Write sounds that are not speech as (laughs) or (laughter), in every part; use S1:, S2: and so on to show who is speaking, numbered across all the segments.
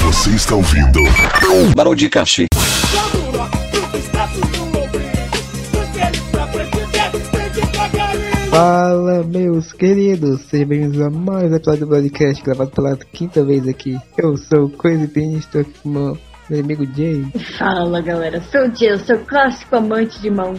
S1: Você está ouvindo
S2: Barão de Caxi.
S3: Fala, meus queridos, sejam bem-vindos a mais um episódio do podcast gravado pela quinta vez aqui. Eu sou o Crazy Pin, estou aqui com meu, meu amigo Jay
S4: Fala galera, sou o Jay, sou o clássico amante de mãos.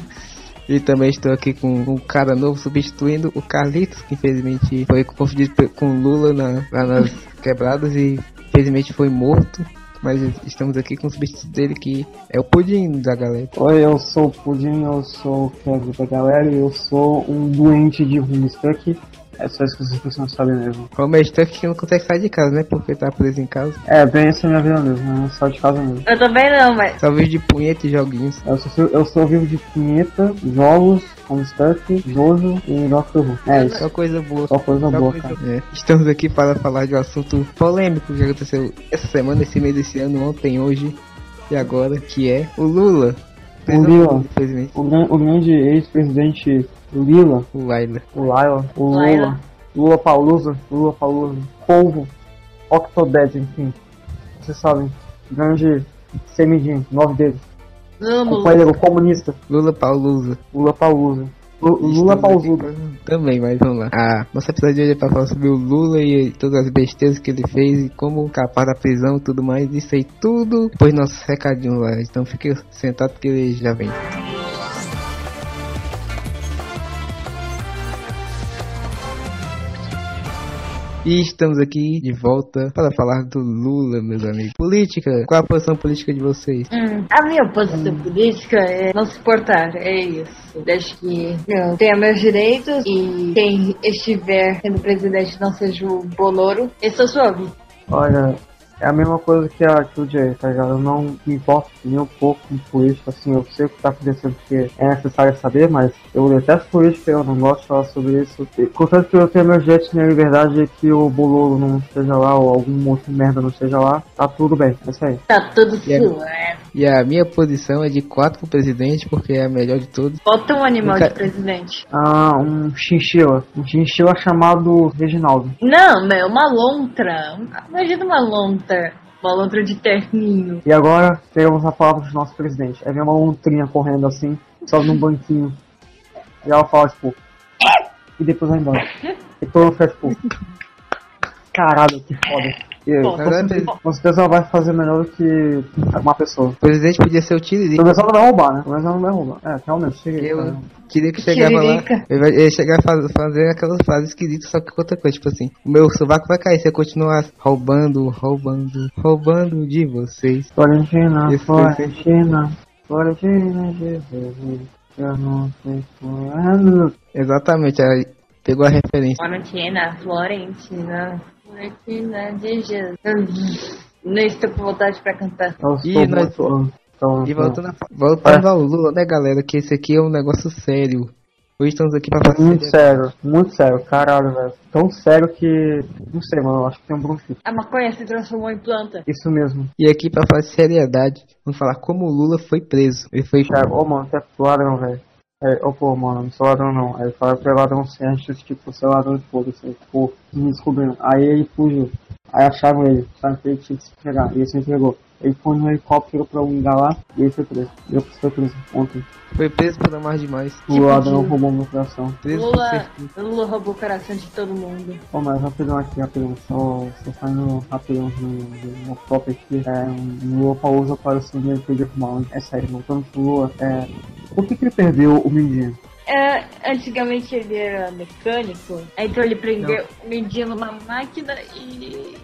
S3: e também estou aqui com um cara novo substituindo o Carlitos, que infelizmente foi confundido pe- com Lula na, lá nas quebradas e infelizmente foi morto. Mas estamos aqui com o substituto dele que é o pudim da galera.
S5: Oi, eu sou o Pudim, eu sou o que agrupa a galera e eu sou um doente de homestuck. É só isso que vocês precisam saber mesmo.
S3: Como é Stuck que não consegue sair de casa, né? Porque tá preso em casa.
S5: É, bem essa é a minha vida mesmo, eu não saio de casa mesmo.
S4: Eu também não, mas
S3: Só vídeo de punheta e joguinhos.
S5: Eu sou, eu sou vivo de punheta, jogos, homestuck, jojo e Doctor Who. É isso,
S3: Só coisa boa.
S5: só coisa
S3: Só
S5: boa,
S3: coisa
S5: cara.
S3: É, Estamos aqui para falar de um assunto polêmico que aconteceu essa semana, esse mês, esse ano, ontem, hoje e agora, que é o Lula.
S5: O Lula.
S3: Infelizmente,
S5: O, gran- o grande ex-presidente Lila,
S3: o Laila.
S5: o Lila, o
S4: Lila.
S5: Lula, Lula Paulusa, Lula Paulusa, Polvo, Octodad, enfim. Vocês sabem, grande semidinho, nove dedos.
S4: vamos.
S5: Companheiro comunista.
S3: Lula Paulusa.
S5: Lula Paulusa. Lu- Lula tá?
S3: Estamos aqui
S5: Paulusa.
S3: com- Também, mas vamos lá. A nossa episódio de hoje é para falar sobre o Lula e todas as besteiras que ele fez e como capar da prisão e tudo mais. Isso aí tudo depois nossos recadinhos lá. Então fique sentado que ele já vem. E estamos aqui de volta para falar do Lula, meus amigos. Política, qual a posição política de vocês?
S4: Hum, a minha posição política é não se portar, é isso. Desde que eu tenha meus direitos e quem estiver sendo presidente não seja o Boloro, eu sou suave.
S5: Olha, é a mesma coisa que a que o Jay, tá ligado? Eu não me importo nem um pouco com política, assim, eu sei o que tá acontecendo porque é necessário saber, mas eu detesto política, eu não gosto de falar sobre isso. E, Contanto que eu tenha meus direitos e minha liberdade e que o Bololo não esteja lá ou algum outro merda não esteja lá, tá tudo bem, é isso aí.
S4: Tá tudo
S3: E aí?
S4: suave.
S3: E a minha posição é de 4 pro presidente, porque é a melhor de todos.
S4: Bota um animal
S3: Nunca-
S4: de presidente.
S5: Ah, um chinchila. Um chinchila chamado Reginaldo.
S4: Não, meu, uma lontra. Imagina uma lontra. Uma lontra de terninho.
S5: E agora pegamos a palavra do nosso presidente. Aí vem uma lontrinha correndo assim, sobe num banquinho. E ela fala, tipo, e depois vai embora. E todo mundo fica tipo, caralho, que foda. E
S4: Bom,
S5: com certeza- com certeza ela vai fazer melhor do que uma pessoa.
S3: O presidente podia ser o Tiririca.
S5: Pelo menos ela não vai roubar, né? Pelo menos ela não vai roubar. É, realmente, cheguei.
S3: Eu né? queria que chegava lá.
S4: Tiririca.
S3: Ele vai- ele ia chegar a faz- fazer aquelas frases esquisitas, só que com outra coisa, tipo assim, o meu sovaco vai cair se eu continuar roubando, roubando, roubando de vocês.
S5: Florentina,
S3: Esse
S5: Florentina, Florentina, Jesus. Eu não sei quando.
S3: Exatamente, aí pegou a referência.
S4: Florentina, é Florentina, Florentina de Jesus. Não estou com vontade pra cantar.
S5: Eu
S3: E
S5: sou
S3: nós-
S5: muito. então,
S3: E voltando, a- voltando ao Lula, né galera, que esse aqui é um negócio sério. Hoje estamos aqui pra
S5: Muito
S3: fazer.
S5: sério, muito sério, caralho, velho. Tão sério que. Não sei, mano, eu acho que tem um bronquite.
S4: A maconha se transformou em planta.
S5: Isso mesmo.
S3: E aqui pra falar de seriedade, vamos falar como o Lula foi preso. Ele foi
S5: Thiago, ô mano, você é ladrão, velho. Aí, ô pô, mano, não sou ladrão não. Aí fala que é ladrão certo, tipo, você é ladrão de fogo, assim, pô, me descobrindo. Aí ele fugiu. Aí acharam ele, sabe que ele tinha que se entregar, e ele se entregou. Ele foi no helicóptero pra um lugar lá, e ele foi preso. E eu fui preso ontem.
S3: Foi preso por amar demais.
S5: O
S4: Tipo
S5: ladrão
S4: de-
S5: roubou meu coração.
S3: Preso por
S4: Lula,
S3: ser.
S4: Lula roubou o coração de todo mundo.
S5: Pô, mas rapidão aqui, rapidão, só, só saindo rapidão de uma top aqui, é, um Lua pausa para o segundo pedir mal, é sério, voltando pro Lua, é, por que que ele perdeu o menino?
S4: É, antigamente ele era mecânico, aí então ele prendeu o mendigo numa máquina e,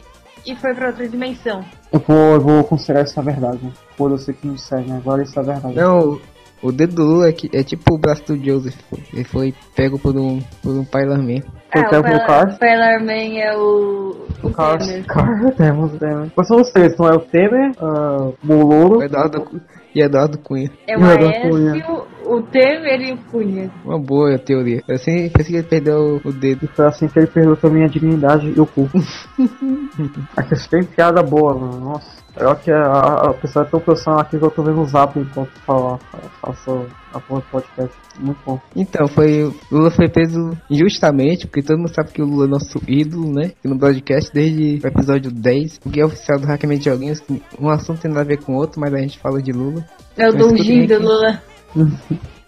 S4: e foi pra outra dimensão.
S5: Eu vou, eu vou considerar isso a verdade, né? por eu sei que não segue, agora isso é a verdade.
S3: Não, o- o dedo do Lula é, que- é tipo o braço do Joseph. Ele foi pego por um, por um Pailarman.
S5: Foi
S4: Ah, o
S5: pego no
S4: Pela-
S5: Cars?
S4: Pellerman é o... o Temer.
S5: Carlos, temos, temos. Quais são os três? Então é o Temer, ah, Molouro,
S3: O Eduardo, Cu- e Eduardo Cunha.
S4: É
S5: E
S4: o
S5: o Eduardo Cunha.
S4: Aécio, o Temer e o Cunha.
S3: Uma boa teoria. Eu sempre pensei que ele perdeu o dedo.
S5: e foi assim que ele perdeu também a dignidade e o cu. Aqui tem piada boa, mano, nossa. Legal que a, a pessoa é tão profissional aqui que eu tô vendo o zap enquanto fala, fa- faço a porra do podcast. Muito bom.
S3: Então, foi. Lula foi preso injustamente, porque todo mundo sabe que o Lula é nosso ídolo, né? Aqui no broadcast desde o episódio 10, o guia oficial do Hackamento de Joguinhos, que um assunto tem nada a ver com o outro, mas a gente fala de Lula.
S4: É o
S3: Mas tudo
S4: Dunjin
S3: bem
S4: do
S3: que-
S4: Lula.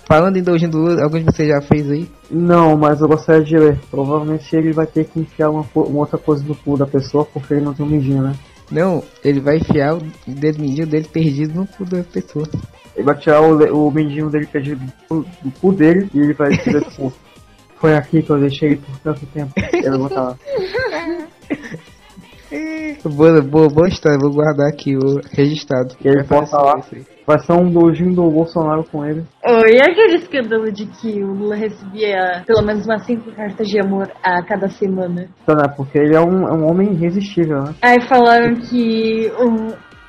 S3: Falando em Doujin do Lula, alguns de vocês já fez aí?
S5: Não, mas eu gostaria de ler. Provavelmente ele vai ter que enfiar uma, co- uma outra coisa no cu da pessoa porque ele não tem um mijinho, né?
S3: Não, ele vai enfiar o dedo mindinho dele perdido no cu da pessoa.
S5: Ele vai tirar o, le- o mindinho dele perdido do, do cu dele e ele vai dizer assim, foi aqui que eu deixei por tanto tempo. Ele vai botar lá.
S3: Boa, boa, boa história, vou guardar aqui o registrado.
S5: E ele
S3: Vai fazer
S5: bota lá.
S3: sobre isso aí.
S5: Vai ser um dojinho do Bolsonaro com ele.
S4: Oh, e aquele escândalo de que o Lula recebia pelo menos umas cinco cartas de amor a cada semana?
S5: Então, né, porque ele é um, é um homem irresistível, né?
S4: Aí falaram que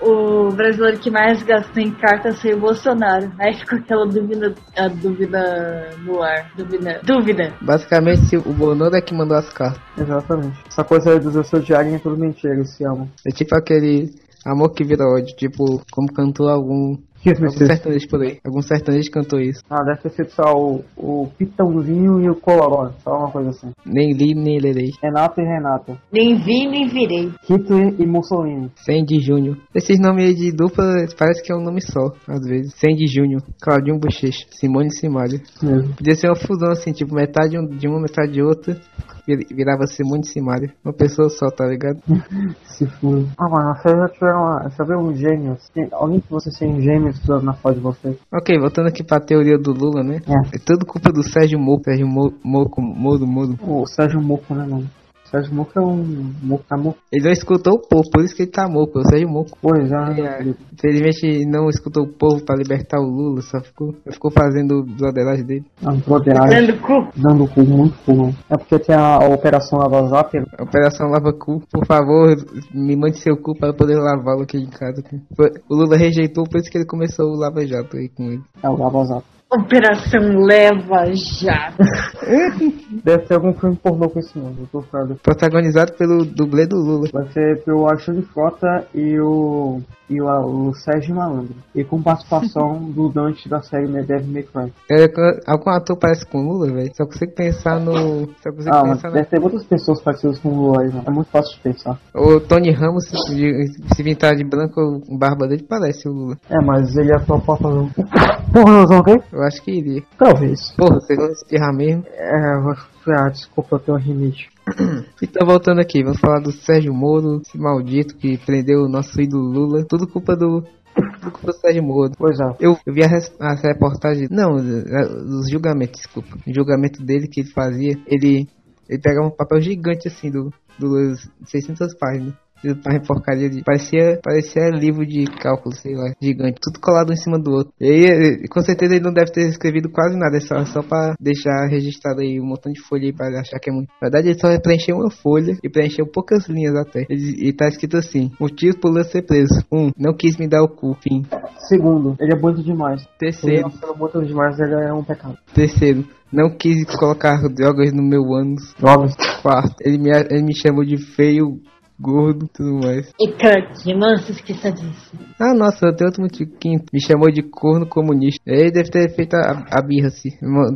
S4: o, o brasileiro que mais gastou em cartas foi o Bolsonaro. Aí ficou aquela dúvida, a dúvida no ar. Dúvida. Dúvida.
S3: Basicamente, se o Bonoro é que mandou as cartas.
S5: Exatamente. Essa coisa aí dos eu sou diário é tudo mentira, eles se amam.
S3: É tipo aquele amor que vira ódio, tipo, como cantou algum,
S5: Que
S3: algum sertanejo por aí. Algum sertanejo cantou isso.
S5: Ah, deve ter sido só o, o Pitãozinho e o Coloró, só uma coisa assim.
S3: Nem li, nem lerei.
S5: Renato e Renata.
S4: Nem vi, nem virei.
S5: Hitler e Mussolini.
S3: Sandy Júnior. Esses nomes aí de dupla parece que é um nome só, às vezes. Sandy Júnior, Claudinho Bochecha, Simone Simalha.
S5: Mesmo.
S3: Podia ser uma fusão assim, tipo, metade um- de uma, metade de outra. vir- Virava Simone Simalha. Uma pessoa só, tá ligado?
S5: Se for. Ah, mano, vocês já tiveram uma, já viu um gêmeo? Tem- Alguém que vocês têm gêmeos na foto de vocês?
S3: Ok, voltando aqui pra teoria do Lula, né?
S5: É.
S3: É tudo culpa do Sérgio Moro, Sérgio Moro, Moro, Moro, Moro.
S5: O Sérgio Moco, né, mano? O Sérgio Moco é um. Moco tá moco.
S3: Ele não escutou o povo, por isso que ele tá moco, é o Sérgio Moro.
S5: Pois né, já.
S3: É, infelizmente não escutou o povo pra libertar o Lula, só ficou, ficou fazendo broderagem dele.
S5: Não, broderagem.
S4: Dando cu.
S5: é um Dando cu, muito cu, mano. É porque tem a, a operação Lava Zap,
S3: Operação Lava Cu, por favor, me mande seu cu para eu poder lavá-lo aqui em casa. Foi- O Lula rejeitou, por isso que ele começou o Lava Jato aí com ele.
S5: é o Lava Zap.
S4: Operação Leva Jato.
S5: Deve ter algum filme pornô com isso, mano. Eu tô ficando.
S3: Protagonizado pelo dublê do Lula.
S5: Vai ser pelo Arthur de Frota e o. e o, o Sérgio Malandro. E com (laughs) participação do Dante da série Me Deve Me Cry.
S3: É, qu- algum ator parece com o Lula, velho? Só consigo pensar no. Só consigo
S5: Ah, mas
S3: pensar na.
S5: deve ter muitas pessoas parecidas com o Lula aí, mano. É muito fácil de pensar.
S3: O Tony Ramos, se, de- se pintar de branco, com barba dele parece o Lula.
S5: É, mas ele é tua porta não. Porra, não, ok?
S3: Eu acho que iria.
S5: Talvez.
S3: Porra, vocês vão espirrar mesmo.
S5: É, eu acho que- ah, desculpa, eu tenho rinite.
S3: Então voltando aqui, vamos falar do Sérgio Moro, esse maldito que prendeu o nosso ídolo Lula. Tudo culpa do. Tudo culpa do Sérgio Moro.
S5: Pois é.
S3: Eu, eu vi a, res- a reportagem. Não, eh, os julgamentos, desculpa. O julgamento dele que ele fazia, ele. Ele pegava um papel gigante assim do, do 600 páginas. E Uma porcaria de. Parecia, parecia livro de cálculo, sei lá, gigante. Tudo colado um em cima do outro. E aí, eh, com certeza ele não deve ter escrevido quase nada, é só, só pra deixar registrado aí um montão de folha aí pra ele achar que é muito. Na verdade, ele só preencheu uma folha e preencheu poucas linhas até. Ele, e tá escrito assim: Motivo por Lula ser preso. Um, não quis me dar o cu. Fim.
S5: Segundo, ele é bonito demais. Ele
S3: Terceiro.
S5: é bonito demais, ele é um pecado.
S3: Terceiro, não quis colocar drogas no meu ânus.
S5: Jovens.
S3: Quarto, ele me, ele me chamou de feio, gordo tudo mais.
S4: E Kurt, não se esqueça disso.
S3: Ah, nossa, eu tenho outro motivo. Quinto, me chamou de corno comunista. Ele deve ter feito a, a birra, assim. Uma,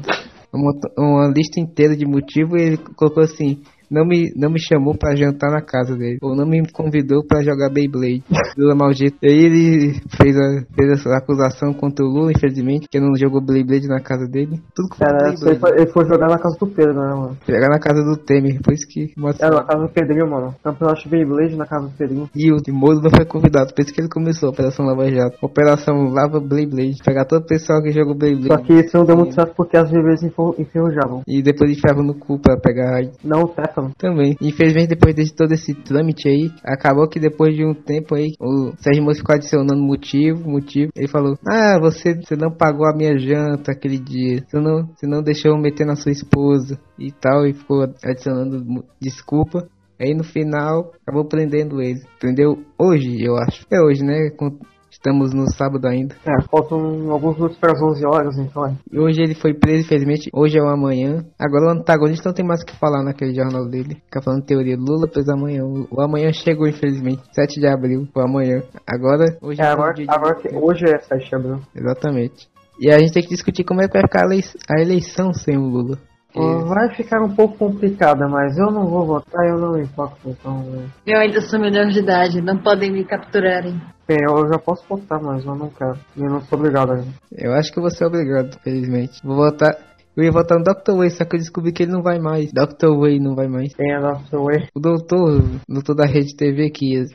S3: uma, uma lista inteira de motivos e ele colocou assim... Não me, não me chamou pra jantar na casa dele. Ou não me convidou pra jogar Beyblade. (laughs) Lula maldito. Aí ele fez a, fez essa acusação contra o Lula, infelizmente, que não jogou Beyblade na casa dele. Tudo com
S5: Cara, isso aí
S3: Beyblade.
S5: foi- ele foi jogar na casa do Pedro, né, mano?
S3: Pegar na casa do Temer, por isso que
S5: Era na
S3: mostra
S5: casa do Pedrinho, mano. Campeonato Beyblade na casa do Pedrinho.
S3: e o Moro não foi convidado, por isso que ele começou a Operação Lava Jato. Operação Lava Beyblade, pegar todo o pessoal que jogou
S5: Só
S3: Beyblade
S5: que isso não deu muito certo porque as Beyblades enfer- enferrujavam.
S3: e depois de ferro no cu pra pegar raio
S5: Não o tétano.
S3: também. Infelizmente, depois de todo esse trâmite aí, acabou que depois de um tempo aí, o Sérgio Moro ficou adicionando motivo, motivo. Ele falou: Ah, você, você não pagou a minha janta aquele dia, você não, você não deixou eu meter na sua esposa e tal, e ficou adicionando mo- desculpa. Aí no final, acabou prendendo ele. Prendeu hoje, eu acho. É hoje, né? Com- Estamos no sábado ainda.
S5: É, faltam alguns minutos para as 11 horas, então. é.
S3: E hoje ele foi preso, infelizmente. Hoje é o amanhã. Agora o antagonista não tem mais o que falar naquele jornal dele. Fica falando teoria Lula pelo amanhã. O o amanhã chegou, infelizmente. 7 de abril, o amanhã. Agora, hoje
S5: É,
S3: o
S5: agora,
S3: um dia de-
S5: agora que hoje é 7 de abril.
S3: Exatamente. E a gente tem que discutir como é que vai ficar a, elei- a eleição sem o Lula. Porque
S5: Vai ficar um pouco complicada, mas eu não vou votar, eu não me importo, então. é.
S4: Eu ainda sou menor de idade, não podem me capturarem.
S5: Bem, eu já posso votar, mas eu não quero. E eu não sou obrigado ainda.
S3: Eu acho que eu vou ser obrigado, infelizmente. Vou votar. Eu ia votar no Dr. Way, só que eu descobri que ele não vai mais. Dr. Way não vai mais.
S5: Tem a nossa way.
S3: O doutor, o doutor da Rede TV que ia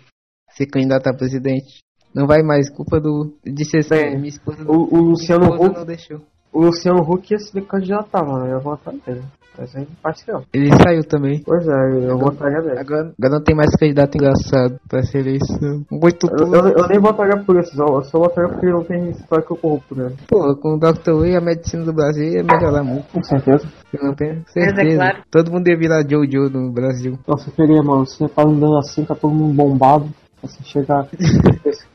S3: ser candidato a presidente. Não vai mais, culpa do. de ser
S5: Bem,
S3: minha esposa,
S5: O, o Luciano
S3: minha esposa
S5: Huck.
S3: não deixou.
S5: O Luciano Huck ia se candidatar, mano. Eu ia votar nele. Mas aí acho que não.
S3: Ele saiu também.
S5: Pois é, eu votaria nele.
S3: Agora, agora não tem mais candidato engraçado pra Um essa eleição. Muito
S5: Eu,
S3: pouco.
S5: eu, eu nem votaria por isso, eu só votaria porque não tem histórico corrupto né? nele.
S3: Pô, com o Dr. Way a medicina do Brasil ia melhorar muito.
S5: Com certeza.
S3: Eu não tenho
S4: é
S3: certeza.
S4: claro.
S3: Todo mundo ia virar Jojo no Brasil.
S5: Nossa, eu queria, mano, Então, você tá andando assim, tá todo mundo bombado. Aí Você chega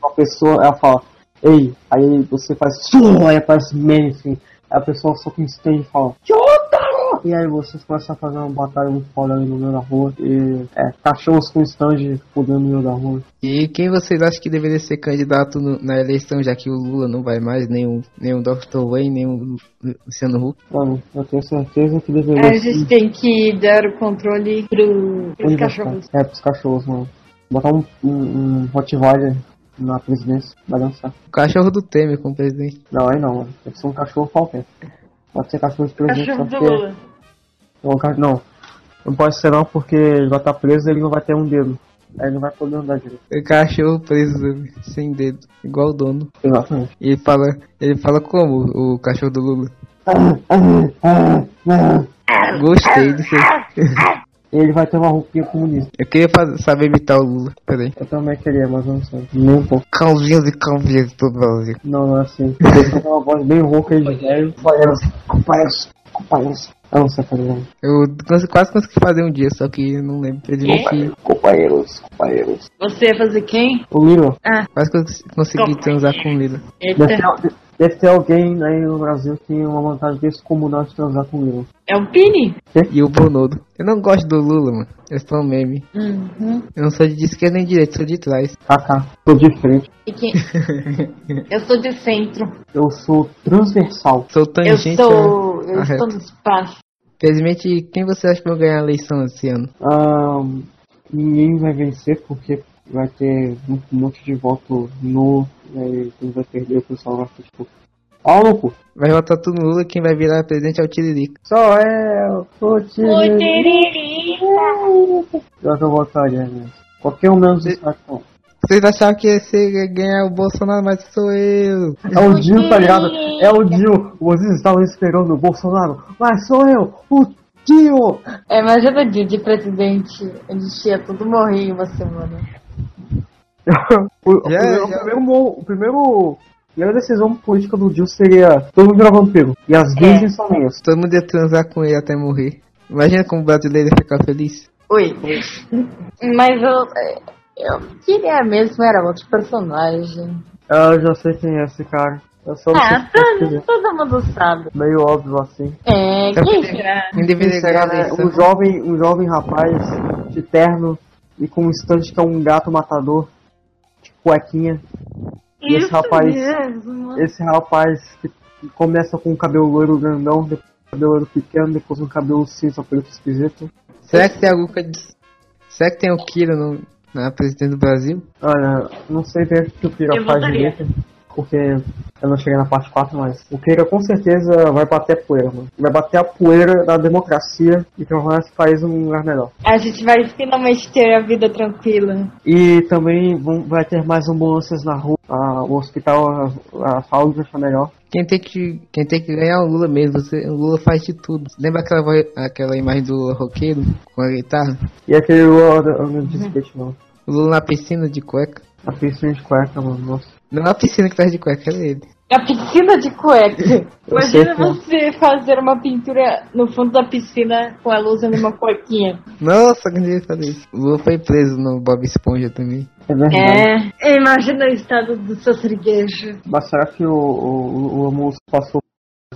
S5: uma pessoa, ela fala, ei, aí você faz, "Sua", aí aparece meme, assim. Aí a pessoa só com stand e fala, Jota! E aí vocês começam a fazer uma batalha muito foda ali no meio da rua. E é, cachorros com stand fudendo no meio da rua.
S3: E quem vocês acham que deveria ser candidato no- na eleição, já que o Lula não vai mais, nem o, nem o Dr. Wayne, nem o Lu- Luciano Huck?
S5: Mano, eu tenho certeza que deveria
S4: A
S5: ser
S4: gente tem que dar o controle pro, pros
S5: universal.
S4: cachorros.
S5: É, pros cachorros, mano. Botar um, um, um Rottweiler na presidência, vai dançar.
S3: O cachorro do Temer como presidente.
S5: Não, aí não, mano. Tem que ser um cachorro qualquer. Pode ser cachorro de presidente,
S4: Cachorro do
S5: pode ser-
S4: Lula.
S5: Não, ca- Não. Não pode ser não, porque ele vai estar preso e ele não vai ter um dedo. Aí ele não vai poder andar direito.
S3: O cachorro preso sem dedo, igual o dono.
S5: Exatamente.
S3: E ele fala, ele fala como o cachorro do Lula? Gostei disso.
S5: Ele vai ter uma roupinha comunista.
S3: Eu queria fa- saber imitar o Lula. Peraí.
S5: Eu também queria, mas eu não sei. Nem um pouco.
S3: Cãozinhos e cãozinhos do Brasil.
S5: Não, não é assim. Ele tem uma voz bem rouca e... Companheiros, companheiros, companheiros. Eu não sei fazer.
S3: Eu cons- quase consegui fazer um dia, só que eu não lembro. Infelizmente,
S5: Companheiros, companheiros.
S4: Você ia fazer quem?
S5: O Lilo,
S4: Ah,
S3: quase cons- consegui transar com o Lula.
S5: deve ter,
S4: eita.
S5: al- deve ter alguém aí no Brasil que tem uma vantagem descomunal de transar com o Lilo.
S4: É o Pini?
S3: E o Bonodo. Eu não gosto do Lula, mano. Eu sou um meme.
S4: Uhum.
S3: Eu não sou de esquerda nem de direita, sou de trás.
S5: Kaká, tô de frente.
S4: E quem? eu sou de centro.
S5: Eu sou transversal.
S3: Sou
S4: Eu
S3: tangente. a-
S4: sou. Eu
S3: a reta.
S4: estou no espaço.
S3: Infelizmente, quem você acha que vai ganhar a eleição esse ano?
S5: Ahn, ninguém vai vencer porque vai ter um monte de voto no né, e aí quem vai perder o pessoal vai ser tipo Ó louco!
S3: Vai votar tudo no Lula, quem vai virar presidente é o Tiririca.
S5: Só é o Putin. Eu não votaria né? Qualquer um menos
S3: Você-
S5: o Satão.
S3: Vocês acharam que ia ser- ia ganhar o Bolsonaro, mas sou eu.
S5: É o Dil, tá ligado? É o Dil. Vocês estavam esperando o Bolsonaro, mas sou eu, o Dil!
S4: É, imagina o dia de presidente. A gente ia tudo morrer em uma semana.
S5: O, o
S3: Já,
S5: primeiro,
S3: já.
S5: o primeiro mo- o primeiro- a primeira decisão política do Dil seria todo mundo virar vampiro. E as virgens são minhas.
S3: Todo mundo ia transar com ele até morrer. Imagina como o brasileiro ia ficar feliz.
S4: Oi. Mas eu. Eu queria mesmo, era outro personagem.
S5: Eu já sei quem é esse cara. Eu um só não sei
S4: Ah,
S5: se eu escrevi.
S4: todo, todo mundo sabe.
S5: Meio óbvio assim.
S4: É, quem será?
S3: Quem deveria ganhar a
S5: né?
S3: eleição?
S5: Um jovem, um jovem rapaz de terno e com um estante que é um gato matador de cuequinha. E esse rapaz-
S4: mesmo.
S5: Esse rapaz que começa com um cabelo loiro grandão, depois um cabelo loiro pequeno, depois um cabelo cinza preto esquisito.
S3: Será que tem algum candid- Será que tem o Kira no... na presidente do Brasil?
S5: Olha, não sei bem o que o Kira
S4: Eu
S5: faz
S4: votaria.
S5: direito. Porque eu não cheguei na parte 4, mas o Kira com certeza vai bater a poeira, mano. Vai bater a poeira da democracia e transformar esse país num lugar melhor.
S4: A gente vai finalmente ter a vida tranquila.
S5: E também vão, vai ter mais ambulâncias na rua. Ah, o hospital, a, a saúde vai ficar melhor.
S3: Quem tem que, quem tem que ganhar é o Lula mesmo. Você, o Lula faz de tudo. Lembra aquela, voz- aquela imagem do Lula roqueiro com a guitarra?
S5: E aquele Lula andando de skate, mano.
S3: O Lula na piscina de cueca.
S5: A piscina de cueca, mano. Nossa.
S3: Não na piscina que tá de cueca, é ele.
S4: Na piscina de (laughs) cueca.
S5: Eu sei
S4: Imagina
S5: que-
S4: você fazer uma pintura no fundo da piscina com ela usando uma cuequinha.
S3: Nossa, que devia fazer isso. O Lula foi preso no Bob Esponja também.
S5: É verdade.
S4: É. Imagina o estado do seu sirguejo.
S5: Mas será que o, o, o almoço passou por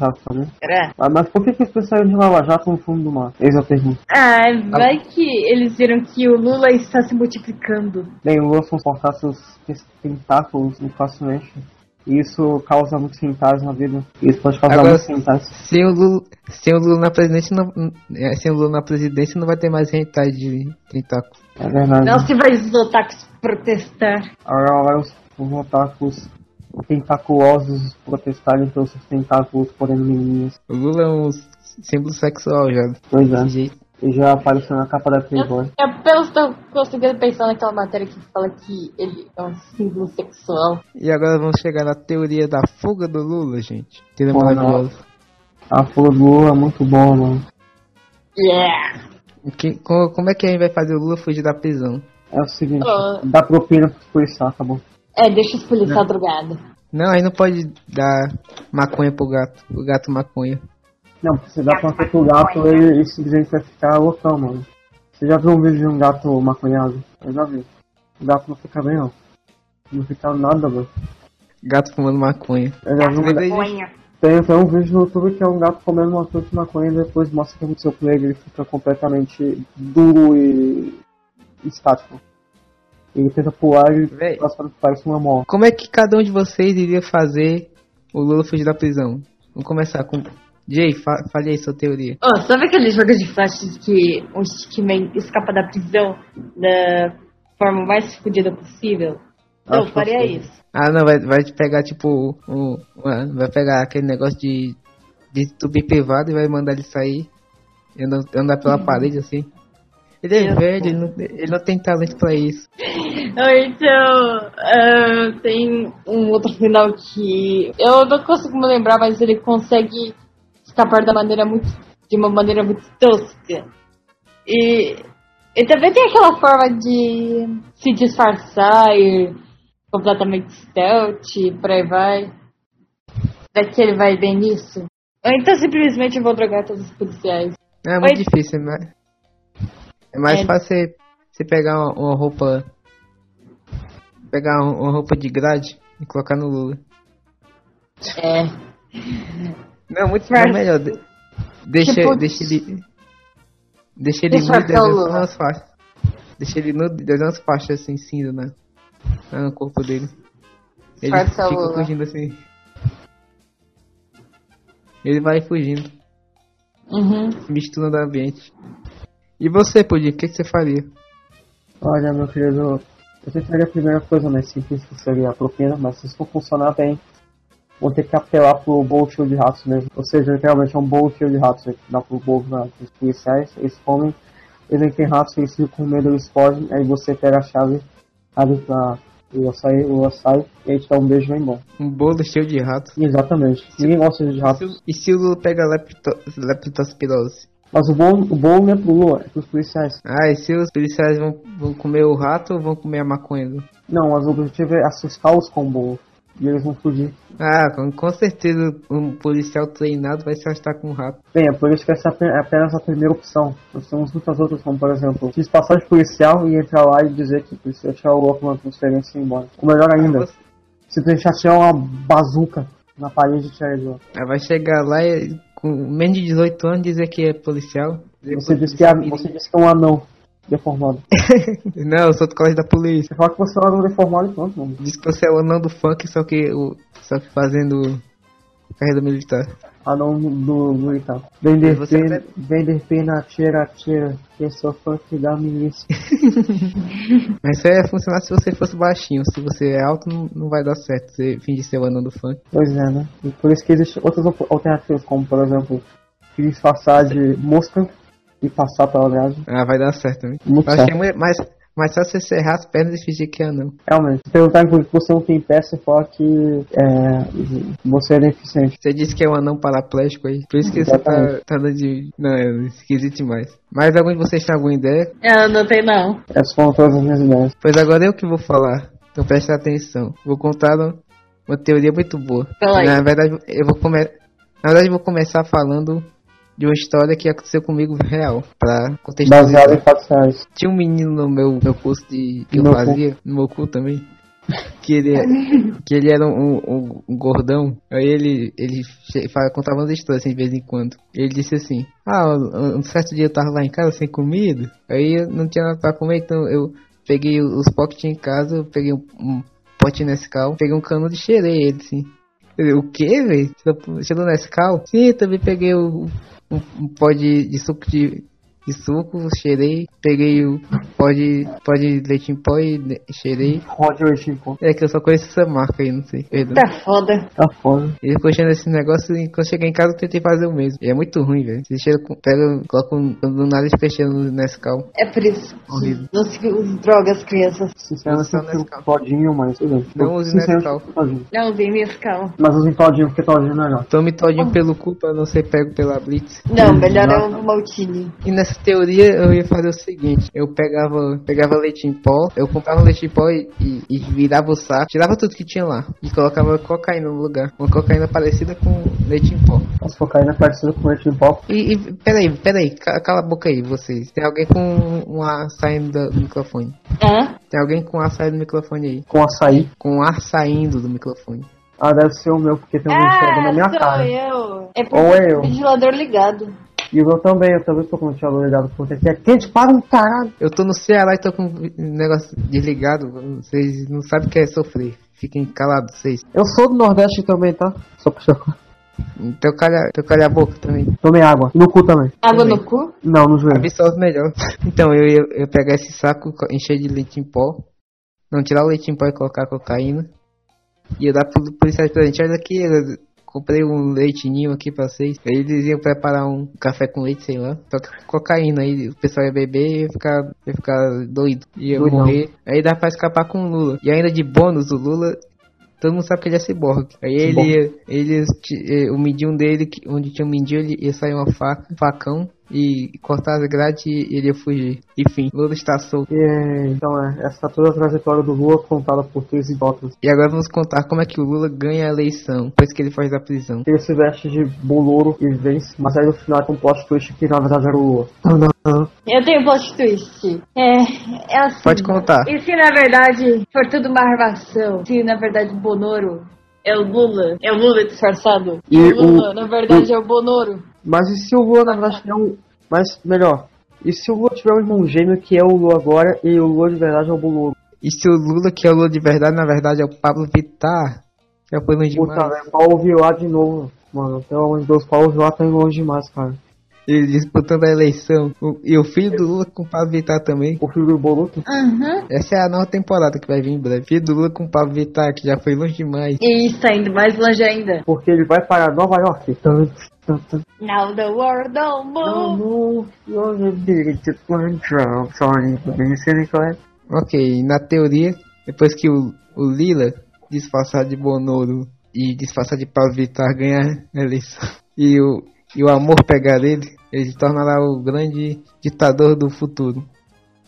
S5: Lava Jato também?
S4: Será?
S5: Ah, mas por que, que eles pensaram de Lava Jato no fundo do mar? Eis a pergunta.
S4: Ah, vai que eles viram que o Lula está se multiplicando.
S5: Bem, o Wilson soltar seus tes- tentáculos no facilmente. E isso causa muitos centais na vida. Isso pode causar
S3: Agora-
S5: muitos centais.
S3: Sem o Lula, sem o Lula na presidência não, é, sem o Lula na presidência não vai ter mais rentagem de tentáculo.
S5: É verdade.
S4: Não se vai os otakus protestar.
S5: Agora vai os, os otakus tentaculosos protestarem pelos seus tentáculos porém menininhas.
S3: O Lula é um símbolo sexual já.
S5: Pois
S3: Desse
S5: é.
S3: jeito.
S5: E já apareceu na capa da
S4: Uhum.
S5: Playboy.
S4: Apenas estou conseguindo pensar naquela matéria que fala que ele é um símbolo sexual.
S3: E agora vamos chegar na teoria da fuga do Lula, gente. é Teoria
S5: Pô,
S3: maravilhosa.
S5: A flor do Lula é muito boa, mano.
S4: Yeah!
S3: Que, co- como é que a gente vai fazer o Lula fugir da prisão?
S5: É o seguinte,
S4: Ah.
S5: dá propina pros policiais, tá bom?
S4: É, deixa os policiais drogados.
S3: Não, aí não pode dar maconha pro gato. O gato maconha.
S5: Não, porque você dá pra que o gato ele, ele simplesmente vai ficar loucão, mano. Você já viu um vídeo de um gato maconhado? Eu já vi. O gato não fica bem, não. Não fica nada, mano.
S3: Gato fumando maconha.
S5: Eu já vi um
S3: Mas
S5: gato-
S3: aí, gente,
S5: tem, tem um vídeo no YouTube que é um gato comendo uma fruta de maconha e depois mostra o que aconteceu com ele. Ele fica completamente duro e estático. Ele tenta pular e
S3: Véi.
S5: passa- parece uma mola.
S3: como é que cada um de vocês iria fazer o Lula fugir da prisão? Vamos começar com. Jay, fa fale aí sua teoria.
S4: Oh, sabe aquele jogo de flashes que um stickman escapa da prisão da forma mais fodida possível?
S5: Ah,
S4: Eu faria
S5: sim.
S4: isso.
S3: Ah, não, vai, vai te pegar tipo. Um, uma- vai pegar aquele negócio de. de YouTube privado e vai mandar ele sair. e Andar, andar pela parede assim. Ele é
S4: Eu-
S3: velho, ele não, ele não tem talento pra isso.
S4: Ou então, ah, tem um outro final que eu não consigo me lembrar, mas ele consegue escapar da maneira muito, de uma maneira muito tosca. E, e também tem aquela forma de se disfarçar e completamente stealth e por aí vai. Será que ele vai bem nisso? Ou então simplesmente eu vou drogar todos os policiais.
S3: É muito
S4: Mas-
S3: difícil, é mais, é mais
S4: É.
S3: fácil você, você pegar uma, uma roupa. Pegar um- uma roupa de grade e colocar no Lula.
S4: É.
S3: Não, muito
S4: Mas-
S3: não, melhor. de- Deixa,
S4: Tipo-
S3: deixa ele. Deixa ele
S4: Deixa
S3: nudo e desenha
S4: até o
S3: só
S4: Lula.
S3: umas faixas. Deixa ele nudo e desenha umas faixas assim cinza né? lá no corpo dele. Ele
S4: Faz até o
S3: fica
S4: Lula.
S3: fugindo assim. Ele vai fugindo,
S4: Uhum.
S3: se misturando ao ambiente. E você, Pudim, o que, que você faria?
S5: Olha, meu querido, eu tentaria a primeira coisa mais simples, que seria a propina, mas se isso não funcionar bem, vou ter que apelar pro Bolt de ratos mesmo. Ou seja, literalmente é um Bolt de ratos, né, que dá pro Bolt na os policiais, eles comem, eles não têm ratos, eles ficam com medo, eles fogem, aí você pega a chave, abre pra o açaí, o açaí, e aí te dá um beijo e vai embora.
S3: Um bolo cheio de ratos.
S5: Exatamente, ninguém gosta de
S3: Se
S5: ratos.
S3: o- E se o Lula pega lepto, leptospirose?
S5: Mas o bom, o bom não é pro Lula, é pros policiais.
S3: Ah, e se os policiais vão, vão comer o rato ou vão comer a maconha? do-
S5: Não, mas o objetivo é assustar os com o Bolt, e eles vão fugir.
S3: Ah, com, com certeza um policial treinado vai se arrastar com um rato.
S5: Bem, a política essa é ape- é apenas a primeira opção. Nós temos muitas outras, como por exemplo, disfarçar de policial e entrar lá e dizer que precisa tirar o louco na transferência e ir embora. Ou melhor ainda,
S3: Ah, Você-
S5: se deixar tirar uma bazuca na parede e tirar ele lá.
S3: ah, vai chegar lá e, com menos de 18 anos dizer que é policial. Dizer
S5: Você
S3: que
S5: disse que é,
S3: policial
S5: você disse que é um anão
S3: (laughs)
S5: deformado.
S3: mirim. Não, eu sou do colégio da polícia.
S5: Você fala que você é um anão deformado e pronto, mano.
S3: Diz que você é o anão do funk, só que, o, só que fazendo carreira militar.
S5: Anão do- do militar.
S3: E
S5: Vender
S3: você
S5: pena,
S3: até-
S5: vender pena, tira, tira. Eu sou funk da milícia.
S3: Mas isso ia funcionar se você fosse baixinho. Se você é alto, não, não vai dar certo. Você fingir ser o anão do funk.
S5: Pois é, né? E por isso que existem outras op- alternativas, como por exemplo, se disfarçar de mosca e passar pela grade.
S3: Ah, vai dar certo também.
S5: Muito
S3: Eu acho que é
S5: certo.
S3: muito- mas, mas só você serrar as pernas e fingir que é anão.
S5: Realmente. Se perguntar que você não tem pé, você fala que é, você é deficiente.
S3: Você disse que é um anão paraplégico aí. Por isso que você tá,
S5: Exatamente.
S3: tá dando de. Não, é esquisito demais. Mas algum de vocês tem alguma ideia?
S4: Eu não tenho não.
S5: Essas foram todas as minhas ideias.
S3: Pois agora eu que vou falar. Então presta atenção. Vou contar um- uma teoria muito boa.
S4: Fala aí.
S3: Na verdade, eu vou come... Na verdade, eu vou começar falando de uma história que aconteceu comigo real, pra contextualizar.
S5: Baseado em fatos reais.
S3: Tinha um menino no meu, meu curso de, que eu
S5: No cu.
S3: fazia, no meu cu também, (laughs) que ele, é, que ele era um, um- um gordão. Aí ele, ele che- fa- contava umas histórias assim, de vez em quando. Ele disse assim: Ah, um um certo dia eu tava lá em casa sem comida, aí eu não tinha nada pra comer, então eu peguei os potes que tinha em casa, eu peguei um, um pote Nescau, peguei um canudo e cheirei ele assim. Eu, O que, velho? Cheirou Nescau? Sim, eu também peguei o, um, um pó de, de suco de, de suco, cheirei, peguei o pó de, pó de leite em pó e le- cheirei.
S5: Roger Chico.
S3: É que eu só conheço essa marca aí, não sei, perdão.
S4: Tá foda.
S5: Tá foda.
S3: Ele ficou cheirando esse negócio e quando cheguei em casa eu tentei fazer o mesmo. E é muito ruim, velho. Você cheira, com- pega, coloca um, do nada e fica cheirando no Nescau.
S4: É por isso
S3: Horrível.
S4: que não se use drogas, crianças.
S5: Sinceramente,
S3: Usar
S5: eu prefiro
S3: Nescau.
S5: todinho, mas tudo bem.
S3: Não
S5: Eu,
S3: use
S5: sinceramente,
S3: Nescau.
S5: prefiro todinho.
S4: Não usem Nescau.
S5: Mas usem todinho, porque todinho é melhor.
S3: Tome todinho pelo cu pra não ser pego pela blitz.
S4: Não,
S5: Hum,
S4: melhor é
S5: nossa.
S4: o Maltini.
S3: E nessa teoria eu ia fazer o seguinte, eu pegava, pegava leite em pó, eu comprava leite em pó e, e- e virava o saco, tirava tudo que tinha lá e colocava cocaína no lugar, uma cocaína parecida com leite em pó.
S5: As cocaína é parecida com leite em pó.
S3: E, e peraí, peraí, ca- cala a boca aí vocês, tem alguém com um ar saindo do microfone,
S4: Hã?
S3: tem alguém com um ar saindo do microfone aí,
S5: Com açaí.
S3: com um ar saindo do microfone.
S5: Ah, deve ser o meu, porque tem um bicho pegando na minha
S4: Ah, sou
S5: cara.
S4: eu. É
S5: Ou
S4: porque
S5: é
S4: tem
S5: eu.
S4: o ventilador ligado.
S5: E o meu também, eu também tô com um o ventilador ligado, porque aqui é quente para um caralho.
S3: Eu tô no Ceará e tô com o negócio desligado, vocês não sabem o que é sofrer, fiquem calados vocês,
S5: Eu sou do Nordeste também, tá? Só puxar.
S3: então calha, então calha a boca também.
S5: Tomei água. E no cu também.
S4: Água no cu?
S5: Não, no joelho.
S3: Absorve melhor. Então, eu ia eu ia pegar esse saco, co- encher de leite em pó. Não, tirar o leite em pó e colocar cocaína. E eu dar pro policial de presente. Olha aqui, eu comprei um leitinho aqui pra vocês. Aí Eles iam preparar um café com leite, sei lá. Só que com cocaína. Aí o pessoal ia beber e ia ficar, ia ficar doido. Ia
S5: Doidão.
S3: morrer. Aí dá pra escapar com o Lula. E ainda de bônus, o Lula Todo mundo sabe que ele é ciborgue. Aí ele,
S5: Ciborgue.
S3: ia- ele, ti- eh, o mindinho dele, que- onde tinha o mindinho, ele ia sair uma faca, um facão e cortar as grades e ele ia fugir. Enfim, Lula está solto.
S5: E, então é, essa toda a trajetória do Lula contada por três idiotas.
S3: E agora vamos contar como é que o Lula ganha a eleição, depois que ele faz da prisão.
S5: Ele se veste de bolouro e vence, mas aí no final é um plot twist que na verdade era o Lula.
S4: Eu tenho plot twist. É, é assim.
S3: Pode contar.
S4: E se na verdade for tudo uma armação? Se na verdade o Bonoro é o Lula? É o Lula disfarçado?
S5: E
S4: o Lula,
S5: o-
S4: na verdade, é o Bonoro.
S5: Mas e se o Lula na verdade é um. Mas melhor. E se o Lula tiver um irmão gêmeo que é o Lula agora e o Lula de verdade é o bolouro?
S3: E se o Lula, que é o Lula de verdade, na verdade é o Pablo Vittar, que é o plano
S5: Puta,
S3: demais.
S5: velho, Paulo Vilar de novo. Mano, pelo amor de Deus, Paulo Vilar tá indo longe demais, cara.
S3: Ele disputando a eleição. O- e o filho do Lula com o Pablo Vittar também.
S5: O filho do Boluto?
S4: Aham.
S3: Essa é a nova temporada que vai vir em breve. Filho do Lula com o Pablo Vittar, que já foi longe demais.
S4: E está indo mais longe ainda.
S5: Porque ele vai para Nova York. Tan, tan, tan.
S4: Now the world don't
S5: Não,
S4: move.
S5: não, não, não, direito, não, não, sorry, não sei nem qual é.
S3: Ok, na teoria, depois que o, o Lila disfarçar de Bonoro e disfarçar de Pablo Vittar ganhar a eleição (laughs) e o, e o amor pegar ele, ele se tornará o grande ditador do futuro.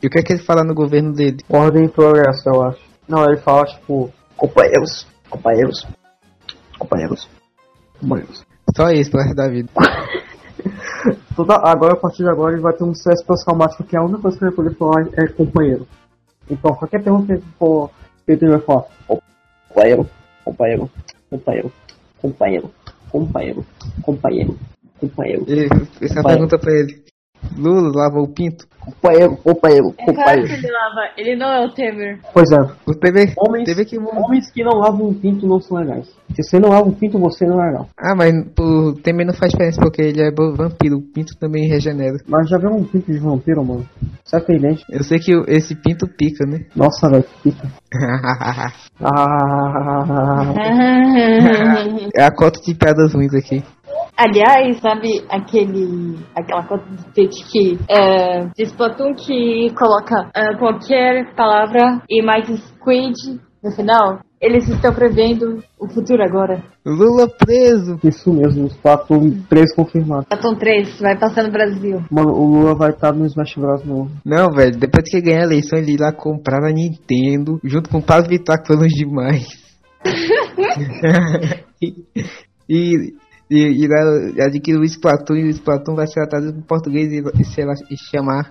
S3: E o que é que ele fala no governo dele?
S5: Ordem e progresso, eu acho. Não, ele fala tipo, companheiros, companheiros, companheiros, companheiros.
S3: Só isso né, pro resto da vida.
S5: Toda, agora, a partir de agora, ele vai ter um stress pós-traumático que a única coisa que ele vai poder falar é companheiro. Então, qualquer pergunta que ele for feito, ele vai falar: "Ô, companheiro, companheiro, companheiro, companheiro, companheiro, companheiro, companheiro,
S3: E essa é
S5: Vai.
S3: pergunta pra ele. Lula lavou o pinto?
S5: companheiro, companheiro,
S4: É claro que
S5: companheiro.
S4: ele lava. Ele não é o Temer.
S5: Pois é.
S3: O TV,
S5: Homens,
S3: TV que...
S5: homens que não lavam um pinto não são legais. Se você não lava um pinto, você não é legal.
S3: Ah, mas o Temer não faz diferença porque ele é bo- vampiro. O pinto também regenera.
S5: Mas já viu um pinto de vampiro, mano? Será que é idêntico?
S3: Eu sei que o- esse pinto pica, né? (laughs)
S5: Nossa, velho, que pica. Ah,
S3: É a cota de piadas ruins aqui.
S4: (laughs) Aliás, sabe aquele aquela conta do Tete que é, de Splatoon que coloca é, qualquer palavra e mais squid no final? Eles estão prevendo o futuro agora.
S3: Lula preso!
S5: isso mesmo, os quatro três confirmados.
S4: Splatoon 3 Tá vai passar no Brasil.
S5: Mano, o Lula vai estar no Smash Bros. novo.
S3: Não, velho, depois que ele ganhar a eleição, ele ir lá comprar na Nintendo, junto com o Paz Vittar, que foi longe demais. (laughs) E, e, e lá adquire o Splatoon e o Splatoon vai ser tratado em português e, vai- e sei lá, e chamar.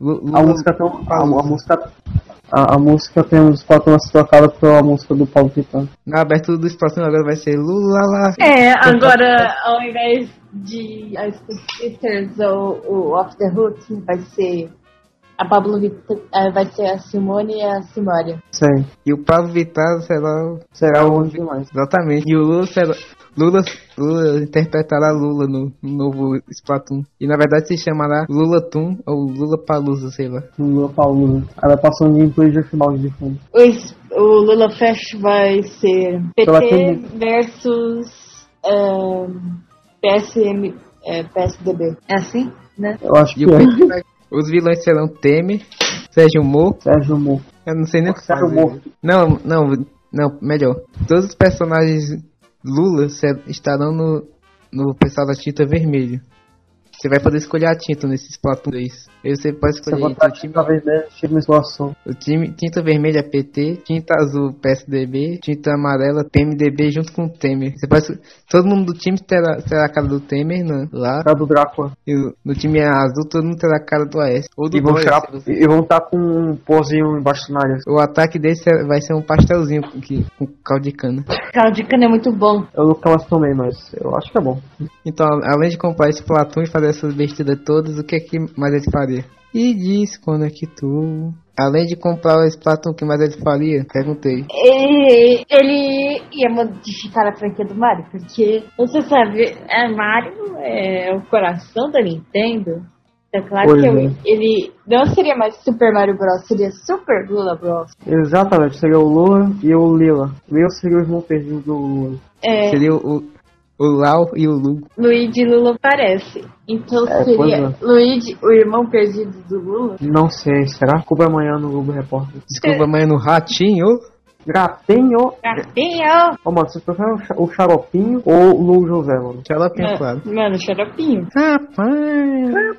S3: Lu-
S5: A
S3: Lula-
S5: música tem um- a, a música a, a música tem uns quatro anos trocada pela é música do Paulo Vitão.
S3: Na abertura do Splatoon agora vai ser Lula lá.
S4: É, agora ao invés de as Sisters ou o Off the Hook, vai ser a Pablo Vitt- eh, vai ser a Simone e a Simaria.
S5: Sei.
S3: E o Pablo Vittar, sei lá,
S5: Será longe demais.
S3: exatamente. E o Lula, sei lá, Lula, Lula interpretará Lula no, no novo Splatoon. E na verdade se chamará Lula Toon ou Lula Palusa, sei lá.
S5: Lula Paula. Ela passou um gameplay de final de fundo.
S4: O, es- o Lula Fest vai ser
S5: Pela
S4: PT
S5: Temi.
S4: versus eh, PSM, eh, PSDB. É assim, né?
S5: Eu acho (laughs)
S3: E
S5: que
S3: o
S5: é.
S3: PT vai- os vilões serão Temer, Sérgio Moro,
S5: É, Sérgio Moro.
S3: eu não sei nem o que
S5: Sérgio
S3: fazer.
S5: Moro.
S3: Não, não, não, melhor. Todos os personagens Lula se- estarão no, no pessoal da tinta vermelha. Você vai poder escolher a tinta nesses Splatoon 3. Aí você pode
S5: Você
S3: escolher entre
S5: botar
S3: o time,
S5: talvez né? Time exploração.
S3: o time tinta vermelha PT, tinta azul PSDB, tinta amarela PMDB junto com o Temer. Você pode, escol- todo mundo do time terá, terá a cara do Temer né, lá.
S5: Cara do Drácula.
S3: E o- no time azul todo mundo terá a cara do AS. Ou do
S5: E vão
S3: Dória,
S5: tirar.
S3: se você-
S5: E vão estar com um pozinho embaixo na área.
S3: O ataque desse é- vai ser um pastelzinho com, que- com caldo de cana.
S4: Cara de cana é muito bom.
S5: Eu nunca mais tomei, mas eu acho que é bom.
S3: Então, a- além de comprar esse Platão e fazer essas besteiras todas, o que é que mais ele faria? E diz quando é que tu. Além de comprar esse Platão, o que mais ele faria? Perguntei.
S4: E ele ia modificar a franquia do Mario, porque você sabe, é Mario é o coração da Nintendo. Então, claro
S5: Pois
S4: que
S5: é.
S4: eu- ele não seria mais Super Mario Bros, seria Super Lula Bros.
S5: Exatamente, seria o Lula e o Lila. Lila seria o irmão perdido do Lula.
S4: É,
S3: Seria o, o, o Lau e o Lu.
S4: Luigi e Lula parece. Então
S5: É,
S4: seria
S5: pois
S4: Luigi, o irmão perdido do Lula.
S5: Não sei, será? Cuba é amanhã no Globo Repórter.
S3: Desculpa, mas é no ratinho.
S5: Gratenho!
S4: Garfinho!
S5: Ô, mano, você prefere o cha- o Xaropinho ou o Lu José, mano?
S3: Xaropinho, É,
S4: É.
S3: claro.
S4: Ah, Mano, xaropinho.
S3: Rapaz.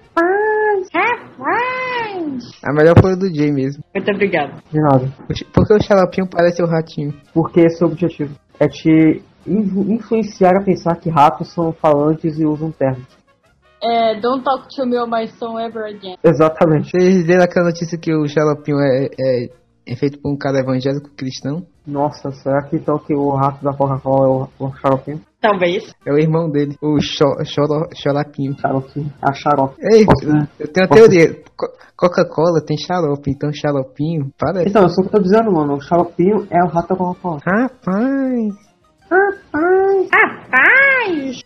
S4: Rapaz!
S3: A melhor foi a do Jay mesmo.
S4: Muito obrigado.
S5: De nada.
S3: O X- Por que o Xaropinho parece o ratinho?
S5: Porque esse é o objetivo. É te invo- influenciar a pensar que ratos são falantes e usam terno.
S4: É, don't talk to me or my son ever again.
S5: Exatamente.
S3: Vocês viram aquela notícia que o Xaropinho é, é, é feito por um cara evangélico cristão?
S5: Nossa, será que então que o rato da Coca-Cola é o, o Xaropinho?
S4: Talvez.
S3: É o irmão dele, o Xo- Xoro- Xorapinho.
S5: Xaropinho. É A Xarope.
S3: Ei,
S5: Posso, né?
S3: eu tenho a
S5: Posso?
S3: teoria. Co- Coca-Cola tem xarope, então xaropinho parece.
S5: Então, é só o que eu tô dizendo, mano. O Xaropinho é o rato da Coca-Cola.
S3: Rapaz!
S4: Rapaz!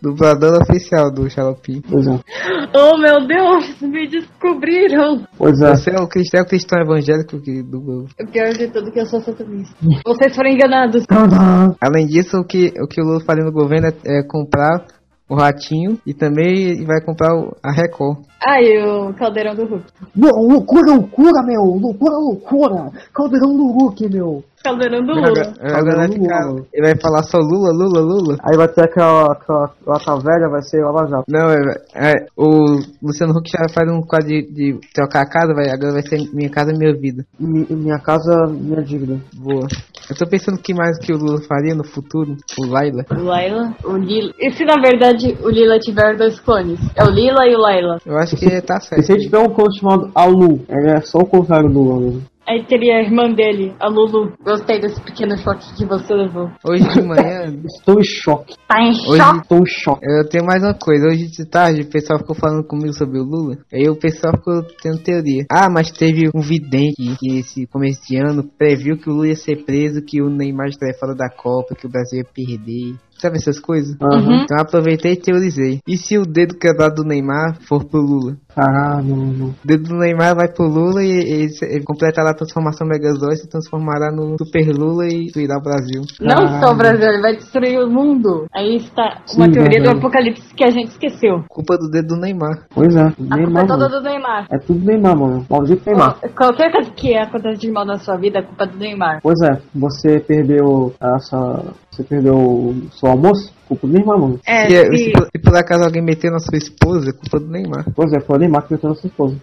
S3: Dublador oficial do xaropinho.
S5: Pois é.
S4: Oh meu Deus, me descobriram!
S5: Pois é.
S3: Você é o cristão, é o cristão evangélico que dubla.
S4: O pior de tudo é que eu sou satanista. Vocês foram enganados.
S5: Tadã!
S3: Além disso, o que o, que o Lula faria no governo é, é comprar o Ratinho e também vai comprar o- a Record.
S4: Ai, o caldeirão do Hulk.
S5: Lou- Loucura, loucura, meu! Loucura, loucura! Caldeirão do Hulk, meu!
S4: Caldeirão do
S3: Agora-
S4: Lula.
S3: agora vai ficar-
S5: Lula.
S3: ele vai falar só Lula, Lula, Lula.
S5: Aí vai ter aquela, aquela lata velha, vai ser Lava Jato.
S3: Não, é, é, o Luciano Huck já faz um quadro de, de trocar a casa, vai, agora vai ser Minha Casa Minha Vida.
S5: Mi- minha casa, minha dívida.
S3: Boa. Eu tô pensando que mais que o Lula faria no futuro, o Laila.
S4: O Laila, o Lila. E se na verdade o Lila tiver dois clones? É o Lila e o Laila.
S3: Eu acho que tá
S5: E se
S3: certo.
S5: a gente tiver um clone chamado Alu, ele é só o contrário do Lula.
S4: Aí teria a irmã dele, a Lulu. Gostei desse pequeno choque que você levou.
S3: Hoje de
S4: (laughs)
S3: manhã,
S5: Estou em choque.
S4: Tá em
S3: Hoje-
S4: choque?
S5: Estou em choque.
S3: eu tenho mais uma coisa. Hoje de tarde o pessoal ficou falando comigo sobre o Lula. Aí o pessoal ficou tendo teoria. Ah, mas teve um vidente que esse começo de ano previu que o Lula ia ser preso, que o Neymar estaria fora da Copa, que o Brasil ia perder. Sabe essas coisas?
S5: Aham.
S3: Então eu aproveitei e teorizei. E se o dedo quebrado do Neymar for pro Lula?
S5: Caralho, mano.
S3: O dedo do Neymar vai pro Lula e ele, ele completará a transformação Megazord, se transformará no Super Lula e irá o Brasil.
S4: Não só o Brasil, ele vai destruir o mundo. Aí está uma
S5: Ah. Sim,
S4: teoria do
S5: verdade.
S4: apocalipse que a gente esqueceu.
S3: Culpa do dedo do Neymar.
S5: Pois é,
S4: A culpa
S5: Neymar,
S4: é toda
S5: mano.
S4: do Neymar.
S5: É tudo Neymar, mano. Maldito Neymar.
S4: Ó, Qualquer é coisa que acontece de mal na sua vida é culpa do Neymar.
S5: Pois é, você perdeu a sua, Você perdeu o seu almoço? Culpa do Neymar, mano.
S4: É,
S3: Se,
S4: se,
S3: se por- se por acaso alguém meter tipo, na sua esposa, é culpa do Neymar.
S5: Pois é, foi o Neymar que meteu na sua esposa.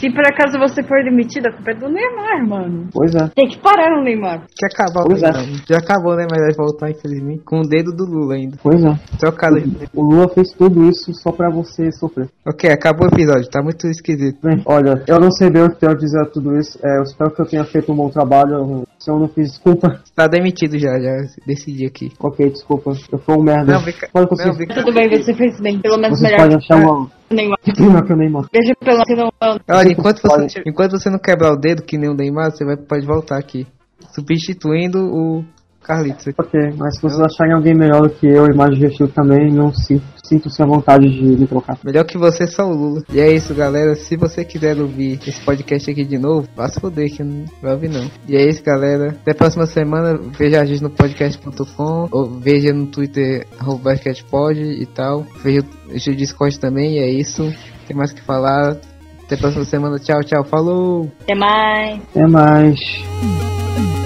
S4: se por acaso você for demitido, a culpa é do Neymar, mano.
S5: Pois é.
S4: Tem que parar o Neymar.
S3: Que acabar o
S5: Pois é.
S3: Neymar. Já acabou, né? Mas vai voltar, infelizmente. Com o dedo do Lula ainda.
S5: Pois é.
S3: Trocado de
S5: O Lula fez tudo isso só pra você sofrer.
S3: Ok, acabou o episódio. Tá muito esquisito.
S5: Bem, olha, eu não sei bem o que tenho a dizer a tudo isso. É, eu espero que eu tenha feito um bom trabalho. Se eu não fiz, desculpa. (laughs)
S3: Tá demitido já, já decidi aqui.
S5: Ok, desculpa. Eu fui um merda.
S3: Não, brinca-
S5: Olha, vocês,
S3: não, brinca-
S4: Tudo bem, você fez bem. Pelo menos
S5: vocês
S4: melhor
S5: podem
S4: que
S5: achar uma...
S4: o Neymar.
S5: (laughs) Não, que eu nem mostro.
S4: Veja pelo que não
S3: Olha, enquanto você, enquanto você não quebrar o dedo, que nem o Neymar, você vai, pode voltar aqui. Substituindo o Carlitos.
S5: Ok, mas se vocês acharem alguém melhor do que eu e mais divertido também, não sinto- sinto-se à vontade de me trocar.
S3: Melhor que você, só o Lula. E é isso, galera. Se você quiser ouvir esse podcast aqui de novo, vá se foder que não vai ouvir, não. E é isso, galera. Até a próxima semana. Veja a gente no podcast.com ou veja no Twitter, arroba basquetepod e tal. Veja o Discord também. E é isso. Tem mais o que falar. Até a próxima semana. Tchau, tchau. Falou!
S4: Até mais.
S5: Até mais.